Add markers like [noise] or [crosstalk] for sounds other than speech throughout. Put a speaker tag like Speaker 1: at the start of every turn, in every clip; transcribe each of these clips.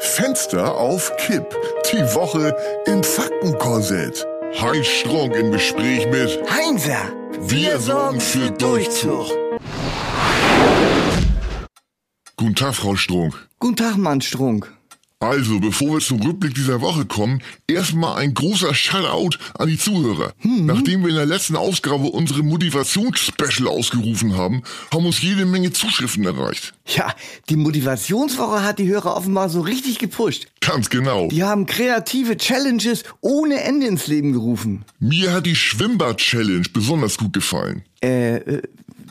Speaker 1: Fenster auf Kipp. Die Woche im Faktenkorsett. Heinz Strunk im Gespräch mit
Speaker 2: Heinzer, wir sorgen für Durchzug.
Speaker 1: Guten Tag, Frau Strunk.
Speaker 2: Guten Tag, Mann Strunk.
Speaker 1: Also, bevor wir zum Rückblick dieser Woche kommen, erstmal ein großer Shoutout an die Zuhörer.
Speaker 2: Mhm.
Speaker 1: Nachdem wir in der letzten Ausgabe unsere Motivationsspecial ausgerufen haben, haben uns jede Menge Zuschriften erreicht.
Speaker 2: Ja, die Motivationswoche hat die Hörer offenbar so richtig gepusht.
Speaker 1: Ganz genau.
Speaker 2: Die haben kreative Challenges ohne Ende ins Leben gerufen.
Speaker 1: Mir hat die Schwimmbad-Challenge besonders gut gefallen.
Speaker 2: Äh, äh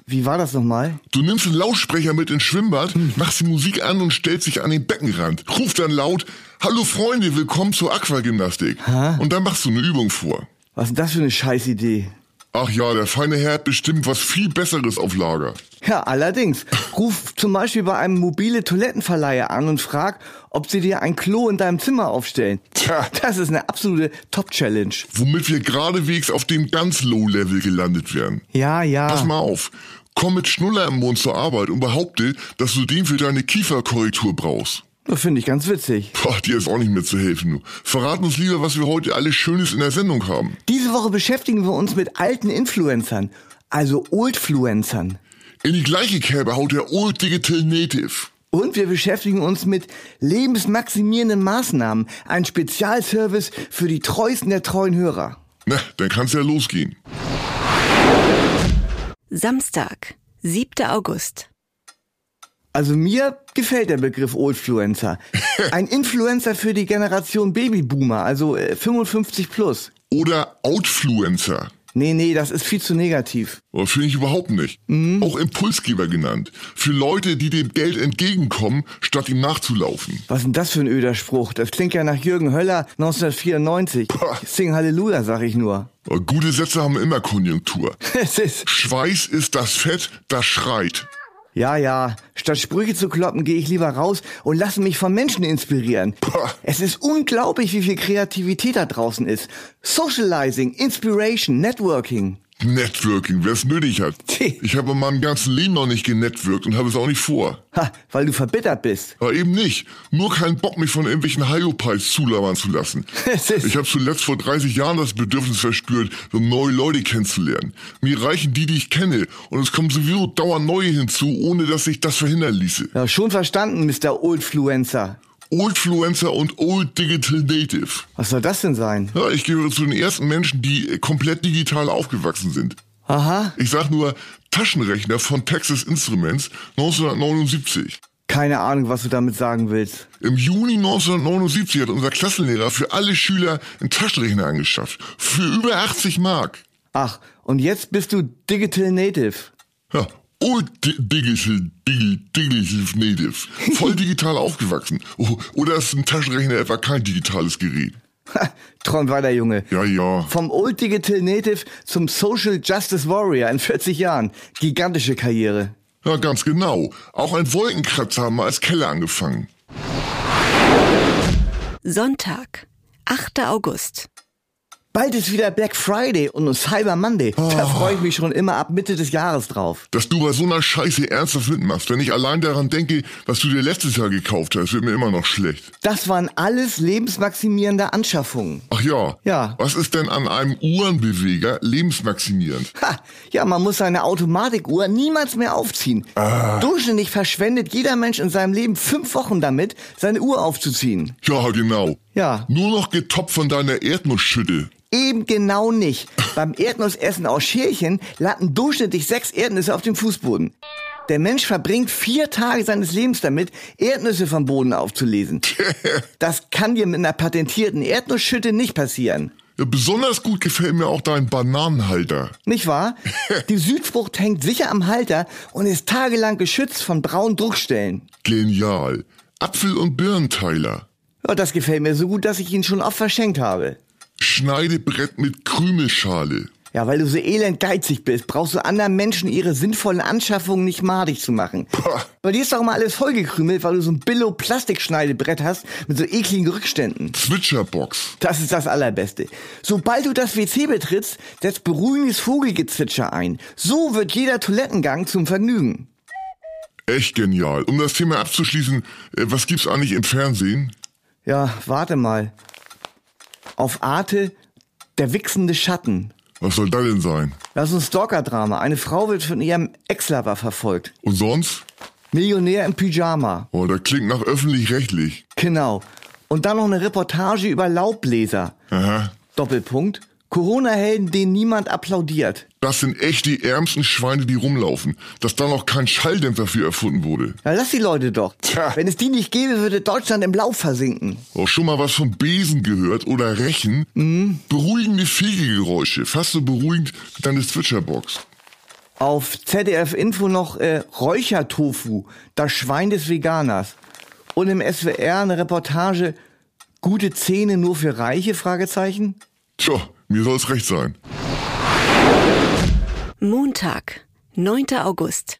Speaker 2: wie war das nochmal?
Speaker 1: Du nimmst einen Lautsprecher mit ins Schwimmbad, machst die Musik an und stellst dich an den Beckenrand. Ruf dann laut, Hallo Freunde, willkommen zur Aquagymnastik. Und dann machst du eine Übung vor.
Speaker 2: Was ist denn das für eine Scheißidee?
Speaker 1: Ach ja, der feine Herr hat bestimmt was viel Besseres auf Lager.
Speaker 2: Ja, allerdings. Ruf zum Beispiel bei einem mobile Toilettenverleiher an und frag, ob sie dir ein Klo in deinem Zimmer aufstellen.
Speaker 1: Tja.
Speaker 2: Das ist eine absolute Top-Challenge.
Speaker 1: Womit wir geradewegs auf dem ganz Low-Level gelandet werden.
Speaker 2: Ja,
Speaker 1: Pass
Speaker 2: ja.
Speaker 1: mal auf. Komm mit Schnuller im Mund zur Arbeit und behaupte, dass du den für deine Kieferkorrektur brauchst.
Speaker 2: Das finde ich ganz witzig.
Speaker 1: Boah, dir ist auch nicht mehr zu helfen, du. Verrat uns lieber, was wir heute alles Schönes in der Sendung haben.
Speaker 2: Diese Woche beschäftigen wir uns mit alten Influencern, also Oldfluencern.
Speaker 1: In die gleiche Kerbe haut der Old Digital Native.
Speaker 2: Und wir beschäftigen uns mit lebensmaximierenden Maßnahmen, ein Spezialservice für die treuesten der treuen Hörer.
Speaker 1: Na, dann kann's ja losgehen.
Speaker 3: Samstag, 7. August.
Speaker 2: Also mir gefällt der Begriff Oldfluencer. Ein Influencer für die Generation Babyboomer, also äh, 55 plus.
Speaker 1: Oder Outfluencer.
Speaker 2: Nee, nee, das ist viel zu negativ.
Speaker 1: Oh, Finde ich überhaupt nicht. Auch Impulsgeber genannt. Für Leute, die dem Geld entgegenkommen, statt ihm nachzulaufen.
Speaker 2: Was ist denn das für ein öder Spruch? Das klingt ja nach Jürgen Höller 1994.
Speaker 1: Boah.
Speaker 2: Sing Halleluja, sag ich nur. [laughs]
Speaker 1: Oh, Gute Sätze haben immer Konjunktur.
Speaker 2: Es ist
Speaker 1: Schweiß ist das Fett, das schreit.
Speaker 2: Ja, ja. Statt Sprüche zu kloppen, gehe ich lieber raus und lasse mich von Menschen inspirieren.
Speaker 1: Pah.
Speaker 2: Es ist unglaublich, wie viel Kreativität da draußen ist. Socializing, Inspiration, Networking.
Speaker 1: Networking, wer es nötig hat.
Speaker 2: Tch.
Speaker 1: Ich habe in meinem ganzen Leben noch nicht genetworked und habe es auch nicht vor.
Speaker 2: Ha, weil du verbittert bist. [laughs]
Speaker 1: Aber eben nicht. Nur keinen Bock, mich von irgendwelchen Hyopies zulabern zu lassen.
Speaker 2: Es ist-
Speaker 1: Ich habe zuletzt vor 30 Jahren das Bedürfnis verspürt, um neue Leute kennenzulernen. Mir reichen die, die ich kenne. Und es kommen sowieso dauernd neue hinzu, ohne dass sich das verhindern ließe.
Speaker 2: Ja, schon verstanden, Mr. Oldfluencer.
Speaker 1: Oldfluencer und Old Digital Native.
Speaker 2: Was soll das denn sein?
Speaker 1: Ja, ich gehöre zu den ersten Menschen, die komplett digital aufgewachsen sind.
Speaker 2: Aha,
Speaker 1: Ich sag nur Taschenrechner von Texas Instruments 1979.
Speaker 2: keine Ahnung, was du damit sagen willst.
Speaker 1: Im Juni 1979 hat unser Klassenlehrer für alle Schüler einen Taschenrechner angeschafft. Für über 80 Mark.
Speaker 2: Ach, und jetzt bist du Digital Native.
Speaker 1: Ja. Old di- digital, digi, digital native. Voll digital aufgewachsen. Oh, oder ist ein Taschenrechner etwa kein digitales Gerät?
Speaker 2: Ha, träum weiter, Junge.
Speaker 1: Ja, ja.
Speaker 2: Vom Old Digital Native zum Social Justice Warrior in 40 Jahren. Gigantische Karriere.
Speaker 1: Ja, ganz genau. Auch ein Wolkenkratzer haben mal als Keller angefangen.
Speaker 3: Sonntag, 8. August.
Speaker 2: Bald ist wieder Black Friday und Cyber Monday. Da freue ich mich schon immer ab Mitte des Jahres drauf.
Speaker 1: Dass du bei so einer Scheiße ernsthaft mitmachst. Wenn ich allein daran denke, was du dir letztes Jahr gekauft hast, wird mir immer noch schlecht.
Speaker 2: Das waren alles lebensmaximierende Anschaffungen.
Speaker 1: Ach ja.
Speaker 2: Ja.
Speaker 1: Was ist denn an einem Uhrenbeweger lebensmaximierend?
Speaker 2: Ha, ja, man muss seine Automatikuhr niemals mehr aufziehen. Durchschnittlich verschwendet jeder Mensch in seinem Leben fünf Wochen damit, seine Uhr aufzuziehen.
Speaker 1: Ja, genau.
Speaker 2: Ja,
Speaker 1: Nur noch getoppt von deiner Erdnussschütte.
Speaker 2: eben genau nicht. Beim Erdnussessen aus Schälchen landen durchschnittlich sechs Erdnüsse auf dem Fußboden. Der Mensch verbringt vier Tage seines Lebens damit, Erdnüsse vom Boden aufzulesen. Das kann dir mit einer patentierten Erdnussschütte nicht passieren.
Speaker 1: Ja, besonders gut gefällt mir auch dein Bananenhalter.
Speaker 2: Nicht wahr? Die Südfrucht hängt sicher am Halter und ist tagelang geschützt von braunen Druckstellen.
Speaker 1: Genial. Apfel- und Birnenteiler.
Speaker 2: Ja, das gefällt mir so gut, dass ich ihn schon oft verschenkt habe.
Speaker 1: Schneidebrett mit Krümelschale.
Speaker 2: Ja, weil du so elend geizig bist, brauchst du anderen Menschen ihre sinnvollen Anschaffungen nicht madig zu machen.
Speaker 1: Pah.
Speaker 2: Bei dir ist doch immer alles vollgekrümelt, weil du so ein Billo-Plastikschneidebrett hast mit so ekligen Rückständen.
Speaker 1: Zwitscherbox.
Speaker 2: Das ist das Allerbeste. Sobald du das WC betrittst, setzt beruhigendes Vogelgezwitscher ein. So wird jeder Toilettengang zum Vergnügen.
Speaker 1: Echt genial. Um das Thema abzuschließen, äh, was gibt's eigentlich im Fernsehen?
Speaker 2: Ja, warte mal. Auf Arte der wichsende Schatten.
Speaker 1: Was soll das denn sein?
Speaker 2: Das ist ein Stalker-Drama. Eine Frau wird von ihrem Ex-Lover verfolgt.
Speaker 1: Und sonst?
Speaker 2: Millionär im Pyjama.
Speaker 1: Oh, das klingt nach öffentlich-rechtlich.
Speaker 2: Genau. Und dann noch eine Reportage über Laubbläser.
Speaker 1: Aha.
Speaker 2: Doppelpunkt. Corona-Helden, denen niemand applaudiert.
Speaker 1: Das sind echt die ärmsten Schweine, die rumlaufen. Dass da noch kein Schalldämpfer für erfunden wurde.
Speaker 2: Ja, lass die Leute doch.
Speaker 1: Tja.
Speaker 2: Wenn es die nicht gäbe, würde Deutschland im Lauf versinken.
Speaker 1: Auch schon mal was vom Besen gehört oder Rechen? Beruhigende Fegegeräusche. Fast so beruhigend wie deine Zwitscherbox.
Speaker 2: Auf ZDF Info noch äh, Räuchertofu, das Schwein des Veganers. Und im SWR eine Reportage Gute Zähne nur für Reiche? Fragezeichen.
Speaker 1: Tja, mir soll's recht sein.
Speaker 3: Montag, 9. August.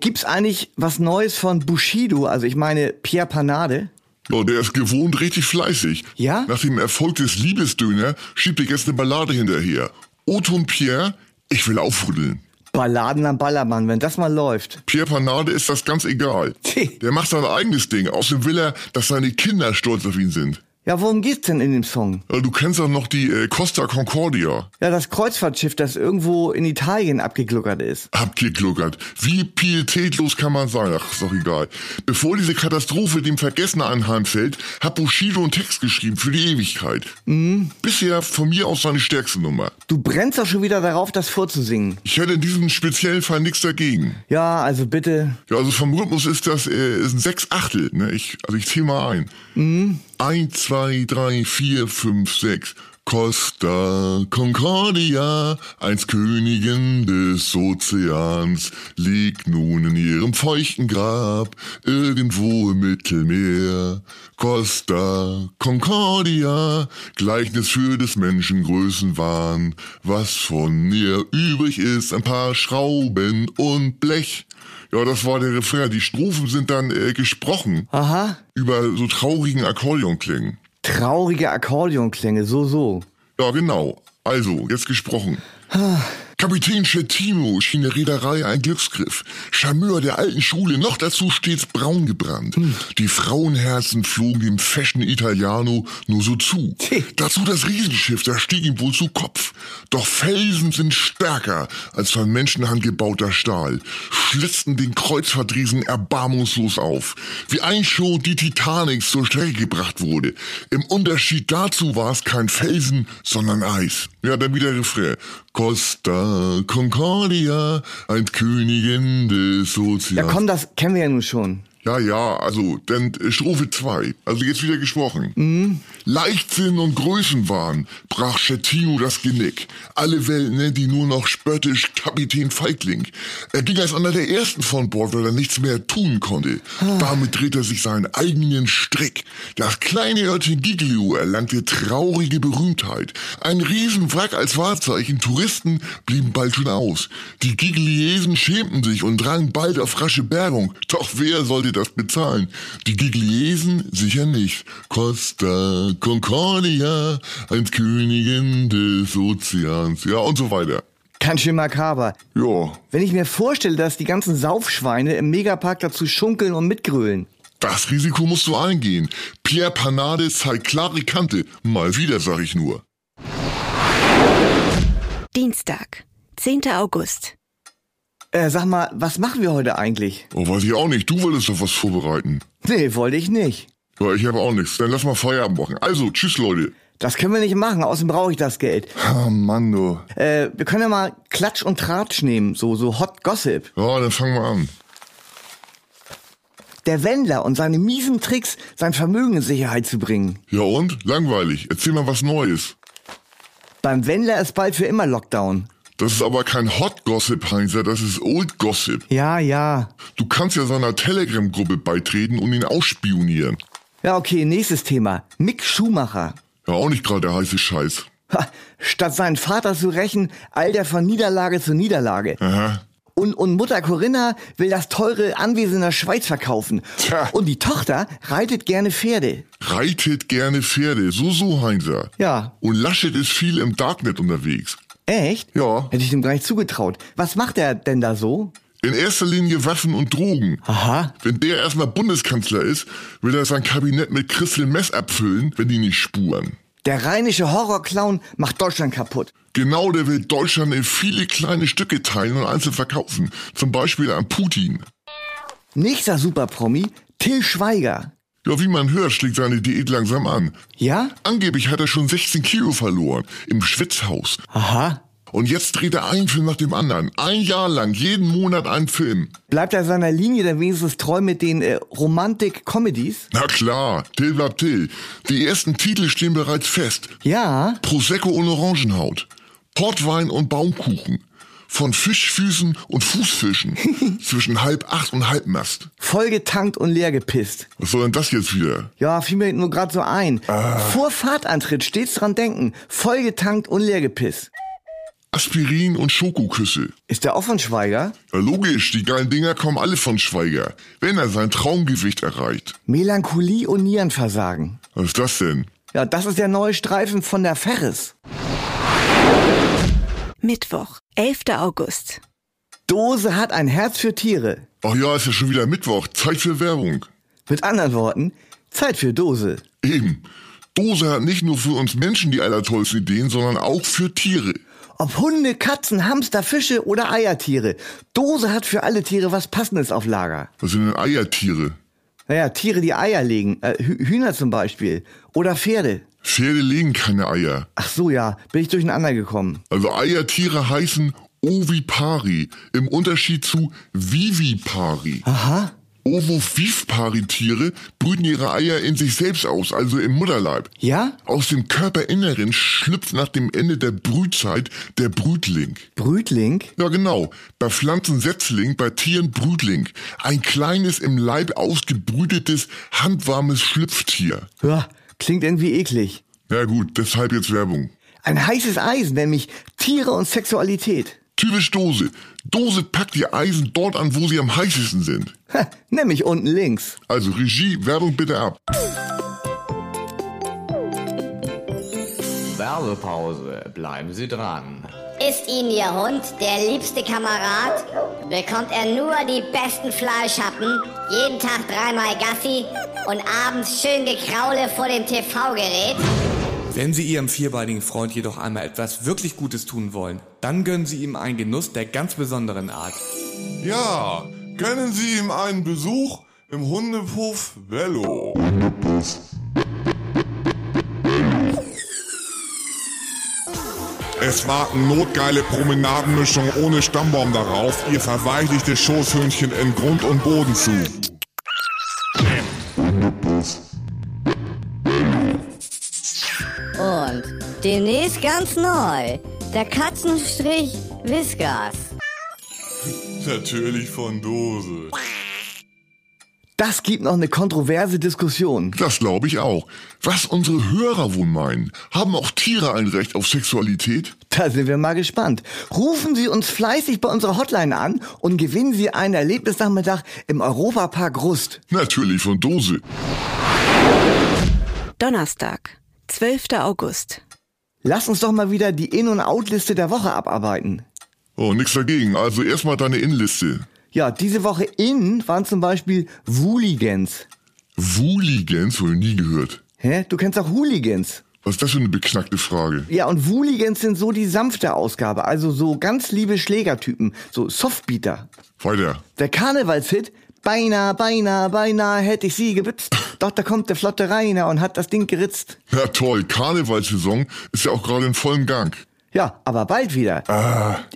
Speaker 2: Gibt's eigentlich was Neues von Bushido? Also ich meine Pierre Panade.
Speaker 1: Ja, Oh, der ist gewohnt richtig fleißig.
Speaker 2: Ja?
Speaker 1: Nach dem Erfolg des Liebesdöner schiebt er jetzt eine Ballade hinterher. Oton Pierre, ich will aufruddeln.
Speaker 2: Balladen am Ballermann, wenn das mal läuft.
Speaker 1: Pierre Panade ist das ganz egal.
Speaker 2: Tch.
Speaker 1: Der macht sein eigenes Ding. Außerdem will er, dass seine Kinder stolz auf ihn sind.
Speaker 2: Ja, worum geht's denn in dem Song?
Speaker 1: Ja, Du kennst doch noch die äh, Costa Concordia.
Speaker 2: Ja, das Kreuzfahrtschiff, das irgendwo in Italien abgegluckert ist.
Speaker 1: Abgekluckert. Wie pietätlos kann man sein? Ach, ist doch egal. Bevor diese Katastrophe dem Vergessen anheimfällt, hat Bushido einen Text geschrieben für die Ewigkeit. Bisher von mir aus seine stärkste Nummer.
Speaker 2: Du brennst doch schon wieder darauf, das vorzusingen.
Speaker 1: Ich hätte in diesem speziellen Fall nichts dagegen.
Speaker 2: Ja, also bitte.
Speaker 1: Ja, also vom Rhythmus ist das äh, ist ein Sechsachtel. Ne? Ich, also ich zähl mal ein. Eins, zwei, drei, vier, fünf, sechs. Costa Concordia, einst Königin des Ozeans, liegt nun in ihrem feuchten Grab, irgendwo im Mittelmeer. Costa Concordia, Gleichnis für des Menschen Größenwahn, was von ihr übrig ist, ein paar Schrauben und Blech. Ja, das war der Refrain. Die Strophen sind dann äh, gesprochen
Speaker 2: Aha.
Speaker 1: über so traurigen Akkordeonklängen.
Speaker 2: Traurige Akkordeonklänge, so, so.
Speaker 1: Ja, genau. Also, jetzt gesprochen. Kapitän Schettino schien der Reederei ein Glücksgriff. Charmeur der alten Schule, noch dazu stets braun gebrannt. Die Frauenherzen flogen dem Fashion Italiano nur so zu.
Speaker 2: Tch.
Speaker 1: dazu das Riesenschiff, das stieg ihm wohl zu Kopf. Doch Felsen sind stärker als von Menschenhand gebauter Stahl, schlitzten den Kreuzfahrtriesen erbarmungslos auf. Wie ein Show die Titanic zur Strecke gebracht wurde. Im Unterschied dazu war es kein Felsen, sondern Eis. Ja, dann wieder Refrain. Costa Concordia, ein Königin des Ozeans.
Speaker 2: Ja, komm, das kennen wir ja nun schon.
Speaker 1: Ja, ja, also, dann äh, Strophe 2. Also jetzt wieder gesprochen.
Speaker 2: Mhm.
Speaker 1: Leichtsinn und Größenwahn brach Schettino das Genick. Alle Welt nennt ihn nur noch spöttisch Kapitän Feigling. Er ging als einer der ersten von Bord, weil er nichts mehr tun konnte.
Speaker 2: Ah.
Speaker 1: Damit dreht er sich seinen eigenen Strick. Das kleine Örtchen Giglio erlangte traurige Berühmtheit. Ein Riesenwrack als Wahrzeichen. Touristen blieben bald schon aus. Die Gigliesen schämten sich und drangen bald auf rasche Bergung. Doch wer sollte das bezahlen? Die Gigliesen sicher nicht. Costa Concordia, als Königin des Ozeans. Ja, und so weiter.
Speaker 2: Ganz schön makaber.
Speaker 1: Ja,
Speaker 2: Wenn ich mir vorstelle, dass die ganzen Saufschweine im Megapark dazu schunkeln und mitgrölen.
Speaker 1: das Risiko musst du eingehen. Pierre Panade zeigt klare Kante. Mal wieder, sag ich nur.
Speaker 3: Dienstag, 10. August.
Speaker 2: Äh, sag mal, was machen wir heute eigentlich?
Speaker 1: Oh, weiß ich auch nicht. Du wolltest doch was vorbereiten.
Speaker 2: Nee, wollte ich nicht.
Speaker 1: Ja, ich habe auch nichts. Dann lass mal Feierabend machen. Also, tschüss, Leute.
Speaker 2: Das können wir nicht machen, außerdem brauche ich das Geld.
Speaker 1: Ah, Mann, du.
Speaker 2: Äh, wir können ja mal Klatsch und Tratsch nehmen, so, so Hot Gossip.
Speaker 1: Ja, dann fangen wir an.
Speaker 2: Der Wendler und seine miesen Tricks, sein Vermögen in Sicherheit zu bringen.
Speaker 1: Ja und? Langweilig. Erzähl mal was Neues.
Speaker 2: Beim Wendler ist bald für immer Lockdown.
Speaker 1: Das ist aber kein Hot Gossip, Heinzer, das ist Old Gossip.
Speaker 2: Ja, ja.
Speaker 1: Du kannst ja seiner Telegram-Gruppe beitreten und ihn ausspionieren.
Speaker 2: Ja, okay, nächstes Thema. Mick Schumacher.
Speaker 1: Ja, auch nicht gerade der heiße Scheiß.
Speaker 2: Ha, statt seinen Vater zu rächen, all der von Niederlage zu Niederlage.
Speaker 1: Aha.
Speaker 2: Und, und Mutter Corinna will das teure Anwesen in der Schweiz verkaufen.
Speaker 1: Tja.
Speaker 2: Und die Tochter reitet gerne Pferde.
Speaker 1: Reitet gerne Pferde. So, so, Heinzer.
Speaker 2: Ja.
Speaker 1: Und Laschet ist viel im Darknet unterwegs.
Speaker 2: Echt?
Speaker 1: Ja.
Speaker 2: Hätte ich dem gar nicht zugetraut. Was macht er denn da so?
Speaker 1: In erster Linie Waffen und Drogen.
Speaker 2: Aha.
Speaker 1: Wenn der erstmal Bundeskanzler ist, will er sein Kabinett mit Crystal Mess abfüllen, wenn die nicht spuren.
Speaker 2: Der rheinische Horrorclown macht Deutschland kaputt.
Speaker 1: Genau, der will Deutschland in viele kleine Stücke teilen und einzeln verkaufen. Zum Beispiel an Putin.
Speaker 2: Nächster Superpromi, Till Schweiger.
Speaker 1: Ja, wie man hört, schlägt seine Diät langsam an.
Speaker 2: Ja?
Speaker 1: Angeblich hat er schon 16 Kilo verloren. Im Schwitzhaus.
Speaker 2: Aha.
Speaker 1: Und jetzt dreht er einen Film nach dem anderen. Ein Jahr lang, jeden Monat einen Film.
Speaker 2: Bleibt er seiner Linie dann wenigstens treu mit den äh, Romantik-Comedies?
Speaker 1: Na klar, Till bleibt Till. Die ersten Titel stehen bereits fest.
Speaker 2: Ja.
Speaker 1: Prosecco und Orangenhaut, Portwein und Baumkuchen, von Fischfüßen und Fußfischen, zwischen halb acht und halb Mast.
Speaker 2: Vollgetankt und leer gepisst.
Speaker 1: Was soll denn das jetzt wieder?
Speaker 2: Ja, fiel mir nur gerade so ein. Vor Fahrtantritt stets dran denken. Vollgetankt und leer gepisst.
Speaker 1: Aspirin und Schokoküsse.
Speaker 2: Ist der auch von Schweiger?
Speaker 1: Ja, logisch, die geilen Dinger kommen alle von Schweiger, wenn er sein Traumgewicht erreicht.
Speaker 2: Melancholie und Nierenversagen.
Speaker 1: Was ist das denn?
Speaker 2: Ja, das ist der neue Streifen von der Ferris.
Speaker 3: Mittwoch, 11. August.
Speaker 2: Dose hat ein Herz für Tiere.
Speaker 1: Ach ja, ist ja schon wieder Mittwoch, Zeit für Werbung.
Speaker 2: Mit anderen Worten, Zeit für Dose.
Speaker 1: Eben. Dose hat nicht nur für uns Menschen die allertollsten Ideen, sondern auch für Tiere.
Speaker 2: Ob Hunde, Katzen, Hamster, Fische oder Eiertiere. Dose hat für alle Tiere was Passendes auf Lager.
Speaker 1: Was sind denn Eiertiere?
Speaker 2: Naja, Tiere, die Eier legen. Äh, Hü- Hühner zum Beispiel. Oder Pferde.
Speaker 1: Pferde legen keine Eier.
Speaker 2: Ach so, ja. Bin ich durcheinander gekommen.
Speaker 1: Also Eiertiere heißen Ovipari im Unterschied zu Vivipari.
Speaker 2: Aha.
Speaker 1: Ovovivpari-Tiere brüten ihre Eier in sich selbst aus, also im Mutterleib.
Speaker 2: Ja?
Speaker 1: Aus dem Körperinneren schlüpft nach dem Ende der Brützeit der Brütling.
Speaker 2: Brütling?
Speaker 1: Ja genau, bei Pflanzen Setzling, bei Tieren Brütling. Ein kleines, im Leib ausgebrütetes, handwarmes Schlüpftier.
Speaker 2: Ja, klingt irgendwie eklig.
Speaker 1: Na gut, deshalb jetzt Werbung.
Speaker 2: Ein heißes Eisen, nämlich Tiere und Sexualität.
Speaker 1: Typisch Dose. Dose packt ihr Eisen dort an, wo sie am heißesten sind.
Speaker 2: Ha, nämlich unten links.
Speaker 1: Also Regie, Werbung bitte ab.
Speaker 4: Werbepause. Bleiben Sie dran.
Speaker 5: Ist Ihnen Ihr Hund der liebste Kamerad? Bekommt er nur die besten Fleischhappen, jeden Tag dreimal Gassi und abends schön Gekraule vor dem TV-Gerät?
Speaker 6: Wenn Sie Ihrem vierbeinigen Freund jedoch einmal etwas wirklich Gutes tun wollen, dann gönnen Sie ihm einen Genuss der ganz besonderen Art.
Speaker 7: Ja, gönnen Sie ihm einen Besuch im Hundepuff Bello. Es warten notgeile Promenadenmischung ohne Stammbaum darauf, ihr verweichlichtes Schoßhündchen in Grund und Boden zu.
Speaker 5: Und demnächst ganz neu, der Katzenstrich Whiskers.
Speaker 7: Natürlich von Dose.
Speaker 2: Das gibt noch eine kontroverse Diskussion.
Speaker 1: Das glaube ich auch. Was unsere Hörer wohl meinen, haben auch Tiere ein Recht auf Sexualität?
Speaker 2: Da sind wir mal gespannt. Rufen Sie uns fleißig bei unserer Hotline an und gewinnen Sie einen Erlebnisnachmittag im Europapark Rust.
Speaker 1: Natürlich von Dose.
Speaker 3: Donnerstag, 12. August.
Speaker 2: Lass uns doch mal wieder die In- und Out-Liste der Woche abarbeiten.
Speaker 1: Oh, nix dagegen. Also erstmal deine Innenliste.
Speaker 2: Ja, diese Woche in waren zum Beispiel Wooligans.
Speaker 1: Wooligans wohl nie gehört.
Speaker 2: Hä? Du kennst auch Hooligans.
Speaker 1: Was ist das für eine beknackte Frage?
Speaker 2: Ja, und Wooligans sind so die sanfte Ausgabe, also so ganz liebe Schlägertypen, so Softbeater.
Speaker 1: Weiter.
Speaker 2: Der Karnevalshit, beinahe, beinahe, beinahe hätte ich sie gebitzt. Doch da kommt der flotte Rainer und hat das Ding geritzt.
Speaker 1: Ja toll, Karnevalssaison ist ja auch gerade in vollem Gang.
Speaker 2: Ja, aber bald wieder.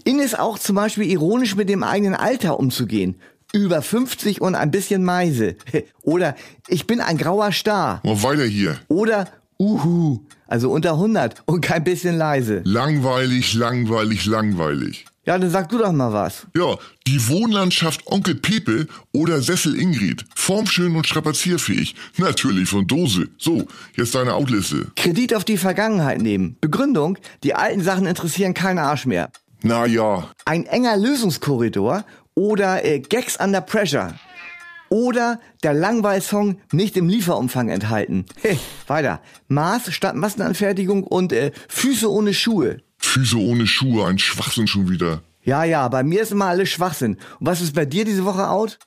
Speaker 2: In ist auch zum Beispiel ironisch mit dem eigenen Alter umzugehen. Über 50 und ein bisschen Meise. [laughs] Oder ich bin ein grauer Star.
Speaker 1: Mal weiter hier.
Speaker 2: Oder Uhu, also unter 100 und kein bisschen leise.
Speaker 1: Langweilig, langweilig, langweilig.
Speaker 2: Ja, dann sag du doch mal was.
Speaker 1: Ja, die Wohnlandschaft Onkel Pepe oder Sessel Ingrid. Formschön und strapazierfähig. Natürlich von Dose. So, jetzt deine Outliste.
Speaker 2: Kredit auf die Vergangenheit nehmen. Begründung, die alten Sachen interessieren keinen Arsch mehr.
Speaker 1: Naja,
Speaker 2: Ein enger Lösungskorridor oder äh, Gags under Pressure. Oder der Langweil-Song nicht im Lieferumfang enthalten. Hey, weiter. Maß statt Massenanfertigung und äh, Füße ohne Schuhe.
Speaker 1: Füße ohne Schuhe, ein Schwachsinn schon wieder.
Speaker 2: Ja, ja, bei mir ist immer alles Schwachsinn. Und was ist bei dir diese Woche out?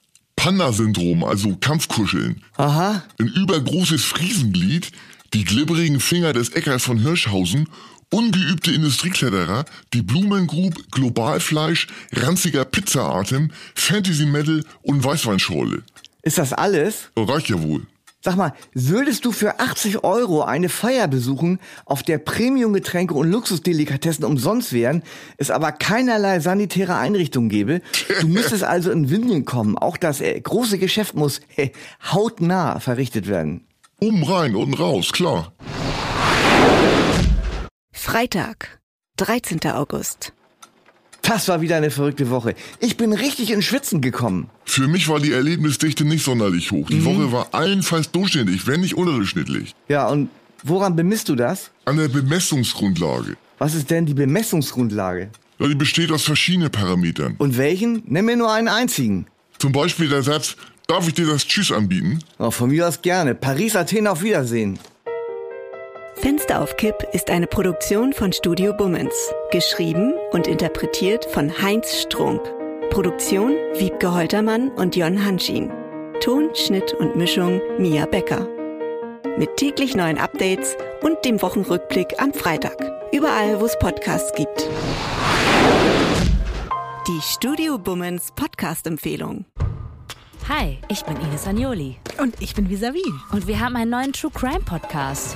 Speaker 1: Panda-Syndrom, also Kampfkuscheln.
Speaker 2: Aha.
Speaker 1: Ein übergroßes Friesenglied, die glibberigen Finger des Eckers von Hirschhausen, ungeübte Industriekletterer, die Blumengrub, Globalfleisch, ranziger Pizzaatem, Fantasy Metal und Weißweinschorle.
Speaker 2: Ist das alles?
Speaker 1: Reicht ja wohl.
Speaker 2: Sag mal, würdest du für 80 Euro eine Feier besuchen, auf der Premium-Getränke und Luxusdelikatessen umsonst wären, es aber keinerlei sanitäre Einrichtung gäbe? Du müsstest also in Windeln kommen. Auch das äh, große Geschäft muss äh, hautnah verrichtet werden.
Speaker 1: Oben Um rein, unten raus, klar.
Speaker 3: Freitag, 13. August.
Speaker 2: Das war wieder eine verrückte Woche. Ich bin richtig in Schwitzen gekommen.
Speaker 1: Für mich war die Erlebnisdichte nicht sonderlich hoch. Die Woche war allenfalls durchschnittlich, wenn nicht unterdurchschnittlich.
Speaker 2: Ja, und woran bemisst du das?
Speaker 1: An der Bemessungsgrundlage.
Speaker 2: Was ist denn die Bemessungsgrundlage?
Speaker 1: Ja, die besteht aus verschiedenen Parametern.
Speaker 2: Und welchen? Nimm mir nur einen einzigen.
Speaker 1: Zum Beispiel der Satz, darf ich dir das Tschüss anbieten?
Speaker 2: Oh, von mir aus gerne. Paris, Athen, auf Wiedersehen.
Speaker 3: Fenster auf Kipp ist eine Produktion von Studio Bummens. Geschrieben und interpretiert von Heinz Strunk. Produktion Wiebke Holtermann und Jon Hanschin. Ton, Schnitt und Mischung Mia Becker. Mit täglich neuen Updates und dem Wochenrückblick am Freitag. Überall, wo es Podcasts gibt. Die Studio Bummens Podcast-Empfehlung.
Speaker 8: Hi, ich bin Ines Agnoli.
Speaker 9: Und ich bin Visavi.
Speaker 8: Und wir haben einen neuen True Crime Podcast.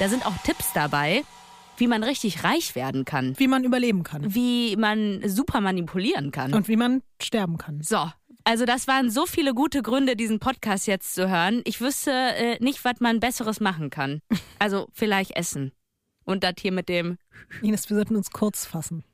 Speaker 8: Da sind auch Tipps dabei, wie man richtig reich werden kann,
Speaker 9: Wie man überleben kann
Speaker 8: wie man super manipulieren kann.
Speaker 9: und wie man sterben kann.
Speaker 8: So. Also das waren so viele gute Gründe, diesen Podcast jetzt zu hören. Ich wüsste äh, nicht, was man Besseres machen kann. Also vielleicht essen. Und das hier mit dem
Speaker 9: Ines, wir sollten uns kurz fassen.